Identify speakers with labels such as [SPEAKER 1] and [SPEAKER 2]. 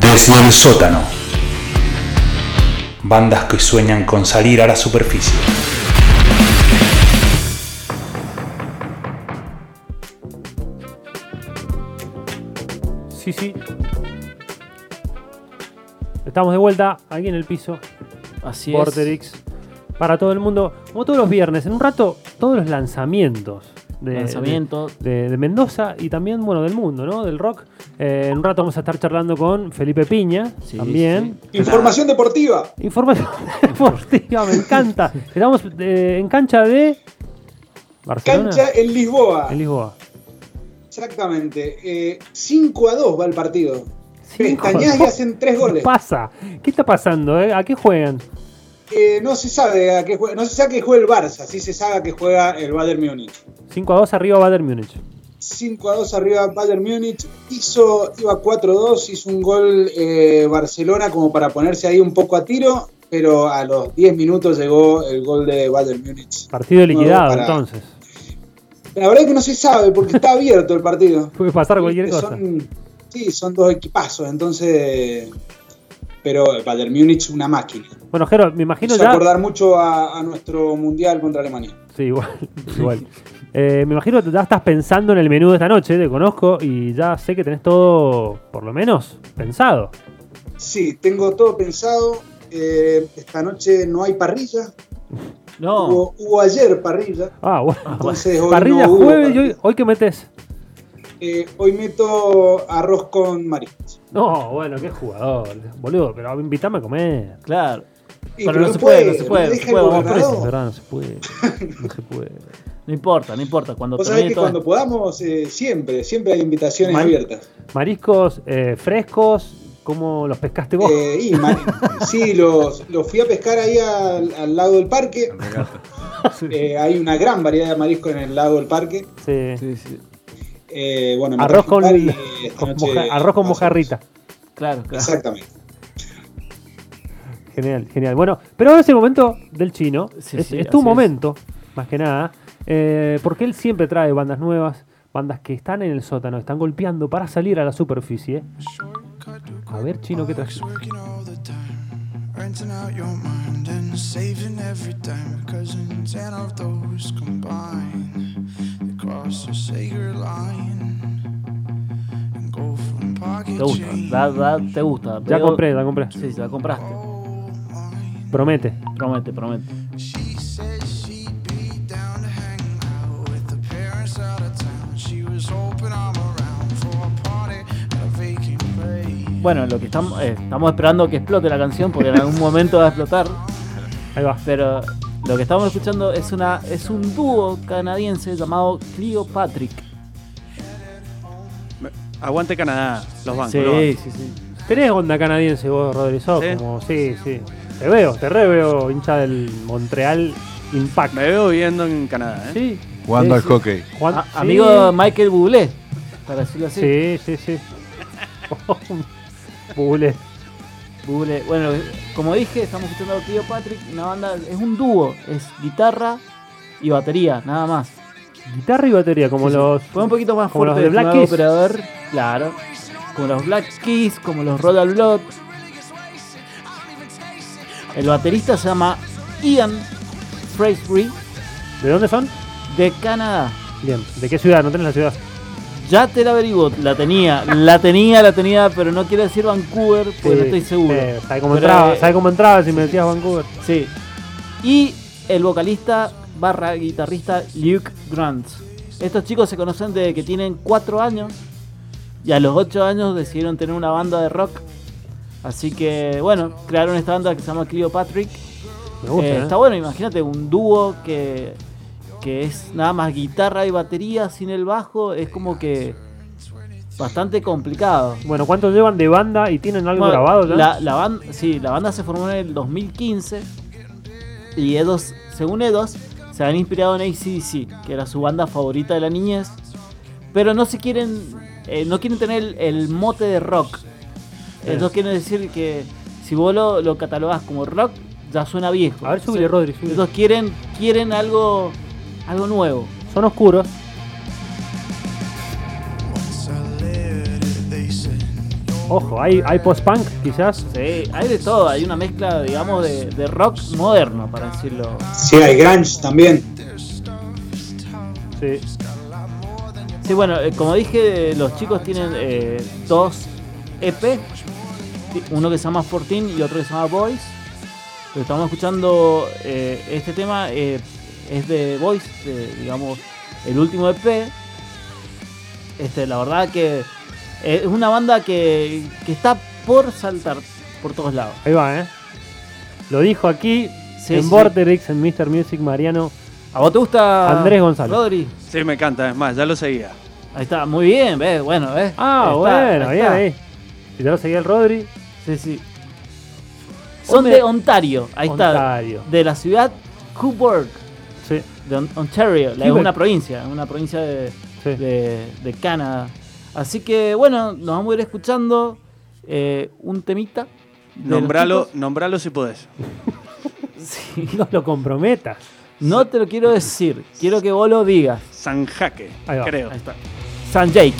[SPEAKER 1] Desde el sótano. Bandas que sueñan con salir a la superficie.
[SPEAKER 2] Sí, sí. Estamos de vuelta aquí en el piso.
[SPEAKER 3] Así es.
[SPEAKER 2] Vorterix. Para todo el mundo. Como todos los viernes. En un rato, todos los lanzamientos. De,
[SPEAKER 3] Lanzamiento.
[SPEAKER 2] de- de Mendoza y también, bueno, del mundo, ¿no? Del rock. Eh, en un rato vamos a estar charlando con Felipe Piña.
[SPEAKER 3] Sí,
[SPEAKER 2] también.
[SPEAKER 4] Información deportiva.
[SPEAKER 2] Información deportiva, me encanta. Estamos eh, en cancha de. Barcelona.
[SPEAKER 4] Cancha en Lisboa.
[SPEAKER 2] En Lisboa.
[SPEAKER 4] Exactamente. Eh, 5 a 2 va el partido.
[SPEAKER 2] Cinco
[SPEAKER 4] Pestañas y
[SPEAKER 2] goles.
[SPEAKER 4] hacen 3
[SPEAKER 2] ¿Qué
[SPEAKER 4] goles.
[SPEAKER 2] pasa? ¿Qué está pasando? eh? ¿A qué juegan?
[SPEAKER 4] Eh, no se sabe a qué juega, no se sabe que juega el Barça, sí se sabe a qué juega el Bayern Múnich.
[SPEAKER 2] 5 a 2 arriba Bayern Múnich.
[SPEAKER 4] 5 a 2 arriba Bayern Múnich, hizo, iba 4 a 2, hizo un gol eh, Barcelona como para ponerse ahí un poco a tiro, pero a los 10 minutos llegó el gol de Bayern Múnich.
[SPEAKER 2] Partido liquidado,
[SPEAKER 4] Para-
[SPEAKER 2] entonces.
[SPEAKER 4] La verdad es que no se sabe porque está abierto el partido.
[SPEAKER 2] Puede pasar cualquier
[SPEAKER 4] Viste,
[SPEAKER 2] cosa.
[SPEAKER 4] Son, sí, son dos equipazos, entonces. Pero el Bayern Múnich una máquina.
[SPEAKER 2] Bueno, Jero, me
[SPEAKER 4] Me
[SPEAKER 2] imagino
[SPEAKER 4] hizo
[SPEAKER 2] ya.
[SPEAKER 4] acordar mucho a, a nuestro mundial contra Alemania.
[SPEAKER 2] Sí, igual. igual. Eh, me imagino que ya estás pensando en el menú de esta noche, te conozco y ya sé que tenés todo, por lo menos, pensado.
[SPEAKER 4] Sí, tengo todo pensado. eh, esta noche no hay parrilla.
[SPEAKER 3] No.
[SPEAKER 4] Hubo, hubo ayer parrilla.
[SPEAKER 2] Ah, bueno.
[SPEAKER 4] Entonces, hoy
[SPEAKER 2] Parrilla
[SPEAKER 4] no hubo
[SPEAKER 2] jueves y hoy,
[SPEAKER 4] parrilla.
[SPEAKER 2] hoy que metes.
[SPEAKER 4] Eh, hoy meto arroz con mariscos.
[SPEAKER 2] No, bueno, qué jugador, boludo, pero invítame a comer.
[SPEAKER 3] Claro.
[SPEAKER 4] Y
[SPEAKER 3] Pero
[SPEAKER 4] pero
[SPEAKER 3] no se puede, no se
[SPEAKER 4] me
[SPEAKER 3] puede, no
[SPEAKER 4] deja
[SPEAKER 3] se
[SPEAKER 4] el
[SPEAKER 3] puede, vamos
[SPEAKER 2] Por eso, es
[SPEAKER 4] gobernador.
[SPEAKER 2] verdad, no se puede. No se puede.
[SPEAKER 3] No importa, no importa. Cuando
[SPEAKER 4] Vos sabés
[SPEAKER 3] termine
[SPEAKER 4] que
[SPEAKER 3] todo.
[SPEAKER 4] cuando podamos, eh, siempre, siempre hay invitaciones
[SPEAKER 2] Man-
[SPEAKER 4] abiertas.
[SPEAKER 2] Mariscos eh, frescos, ¿cómo los pescaste vos?
[SPEAKER 4] Eh, y man- sí, los, los fui a pescar ahí al, al lado del parque. Eh, hay una gran variedad de mariscos en el lado del parque.
[SPEAKER 2] Sí.
[SPEAKER 3] Sí, sí.
[SPEAKER 4] Eh, bueno, me
[SPEAKER 2] Arroz
[SPEAKER 4] traje
[SPEAKER 2] con,
[SPEAKER 4] un par y, eh, esta
[SPEAKER 2] con
[SPEAKER 4] noche
[SPEAKER 2] moja- arroz con
[SPEAKER 4] hacemos.
[SPEAKER 2] mojarrita.
[SPEAKER 3] Claro, claro.
[SPEAKER 4] Exactamente.
[SPEAKER 2] Genial, genial. Bueno, pero ahora es el momento del chino.
[SPEAKER 3] Sí,
[SPEAKER 2] es,
[SPEAKER 3] sí,
[SPEAKER 2] es tu
[SPEAKER 3] así es.
[SPEAKER 2] momento, más que nada. eh, porque él siempre trae bandas nuevas, bandas que están en el sótano, están golpeando para salir a la superficie. A ver, chino, ¿qué traes?
[SPEAKER 5] Working all the time, renting out your mind and saving every dime. Cause in ten of those combine, they cross the sacred line and go from pocket
[SPEAKER 3] Te gusta.
[SPEAKER 5] change
[SPEAKER 3] Da, da- te gusta.
[SPEAKER 2] Ya
[SPEAKER 3] Veo-
[SPEAKER 2] compré, ya compré.
[SPEAKER 3] Sí, ya compraste.
[SPEAKER 2] Promete.
[SPEAKER 3] Promete, promete.
[SPEAKER 5] She said she'd be down to hang out with the parents out of town. She was hoping I'm around for a party at a vacant place.
[SPEAKER 3] Bueno, lo que estamos, eh, estamos esperando que explote la canción porque en algún momento va a explotar.
[SPEAKER 2] Ahí va.
[SPEAKER 3] Pero lo que estamos escuchando es una es un dúo canadiense llamado Clio Patrick.
[SPEAKER 6] Aguante Canadá, los bancos.
[SPEAKER 3] Sí,
[SPEAKER 6] los bancos.
[SPEAKER 3] sí, sí.
[SPEAKER 2] Tenés onda canadiense vos, Rodríguez. Sos
[SPEAKER 6] ¿Sí?
[SPEAKER 2] Como, sí, sí. Te veo, te re veo, hincha del Montreal Impact.
[SPEAKER 6] Me veo viviendo en Canadá, ¿eh?
[SPEAKER 2] Sí.
[SPEAKER 7] Jugando
[SPEAKER 2] Sí,
[SPEAKER 7] al
[SPEAKER 2] sí.
[SPEAKER 7] hockey.
[SPEAKER 2] Juan-
[SPEAKER 3] A-
[SPEAKER 2] sí.
[SPEAKER 3] Amigo Michael Bublé, para decirlo así.
[SPEAKER 2] Sí, sí, sí. Bule.
[SPEAKER 3] Bublé. Bueno, como dije, estamos escuchando a Clio Patrick, una banda, es un dúo, es guitarra y batería, nada más.
[SPEAKER 2] Guitarra y batería, como
[SPEAKER 3] Sí, sí.
[SPEAKER 2] los.
[SPEAKER 3] Fue un poquito más
[SPEAKER 2] como los de
[SPEAKER 3] fuerte de
[SPEAKER 2] Black
[SPEAKER 3] nuevo,
[SPEAKER 2] Keys.
[SPEAKER 3] pero a ver, claro. Como los Black Keys, como los Royal Blood. El baterista se llama Ian Frasery
[SPEAKER 2] ¿De dónde son?
[SPEAKER 3] de Canadá.
[SPEAKER 2] Bien. ¿De qué ciudad? ¿No tenés la ciudad?
[SPEAKER 3] Ya te la averiguo, la tenía, la tenía, la tenía, pero no quiero decir Vancouver, porque Pues no estoy seguro.
[SPEAKER 2] Eh, sabe cómo
[SPEAKER 3] Pero,
[SPEAKER 2] entraba,
[SPEAKER 3] eh,
[SPEAKER 2] sabe cómo entraba si me decías Vancouver.
[SPEAKER 3] Sí. Y el vocalista barra guitarrista Luke Grant. Estos chicos se conocen desde que tienen 4 años y a los 8 años decidieron tener una banda de rock. Así que bueno, crearon esta banda que se llama Clio Patrick.
[SPEAKER 2] Me gusta.
[SPEAKER 3] Eh,
[SPEAKER 2] ¿eh?
[SPEAKER 3] Está bueno, imagínate un dúo que, que es nada más guitarra y batería sin el bajo. Es como que bastante complicado.
[SPEAKER 2] Bueno, ¿cuántos llevan de banda y tienen algo
[SPEAKER 3] Bueno,
[SPEAKER 2] grabado ya?
[SPEAKER 3] La, la banda, sí, la banda se formó en el 2015 y ellos, según ellos, se han inspirado en ACDC, que era su banda favorita de la niñez, pero no se quieren, eh, no quieren tener el, el mote de rock. Ellos quieren decir que si vos lo, lo catalogás como rock, ya suena viejo.
[SPEAKER 2] A ver, subile,
[SPEAKER 3] Se-
[SPEAKER 2] Rodri, subile.
[SPEAKER 3] Ellos quieren, quieren algo, algo nuevo.
[SPEAKER 2] Son oscuros.
[SPEAKER 5] Once I let it, they said, You're
[SPEAKER 2] Ojo, hay, hay post-punk quizás.
[SPEAKER 3] Sí, hay de todo, hay una mezcla, digamos, de, de rock moderno, para decirlo.
[SPEAKER 4] Sí, hay grunge también.
[SPEAKER 2] Sí.
[SPEAKER 3] Sí, bueno, eh, como dije, los chicos tienen eh, dos EP, uno que se llama 14 y otro que se llama Boys. Lo estamos escuchando, eh, este tema eh, es de Boys, de, digamos, el último EP. Este, la verdad que eh, es una banda que, que está por saltar por todos lados.
[SPEAKER 2] Ahí va, ¿eh? Lo dijo aquí
[SPEAKER 3] Sí,
[SPEAKER 2] en
[SPEAKER 3] sí.
[SPEAKER 2] Vorterix, en Mr. Music, Mariano.
[SPEAKER 3] ¿A vos te gusta
[SPEAKER 2] Andrés González.
[SPEAKER 3] Rodri?
[SPEAKER 6] Sí, me encanta, es más, ya lo seguía.
[SPEAKER 3] Ahí está, muy bien, ¿ves? Bueno, ¿ves?
[SPEAKER 2] Ah,
[SPEAKER 3] Ahí está,
[SPEAKER 2] bueno,
[SPEAKER 3] ahí
[SPEAKER 2] bien
[SPEAKER 3] está.
[SPEAKER 2] ahí. Si te lo seguía el Rodri,
[SPEAKER 3] Sí, sí. Son
[SPEAKER 2] ¿Dónde?
[SPEAKER 3] de Ontario, ahí
[SPEAKER 2] Ontario.
[SPEAKER 3] está. De la ciudad Cobourg,
[SPEAKER 2] sí,
[SPEAKER 3] de On- Ontario. la- Es
[SPEAKER 2] Quebec.
[SPEAKER 3] una provincia, una provincia de,
[SPEAKER 2] sí.
[SPEAKER 3] de, de Canadá. Así que, bueno, nos vamos a ir escuchando eh, un temita. de los
[SPEAKER 6] Nombralo,
[SPEAKER 3] chicos.
[SPEAKER 6] nombralo si podés.
[SPEAKER 3] Sí.
[SPEAKER 2] No lo comprometas.
[SPEAKER 3] No te lo quiero decir, quiero que vos lo digas.
[SPEAKER 6] Sanjaque,
[SPEAKER 2] Ahí va.
[SPEAKER 6] creo.
[SPEAKER 3] Ahí está. San Jake.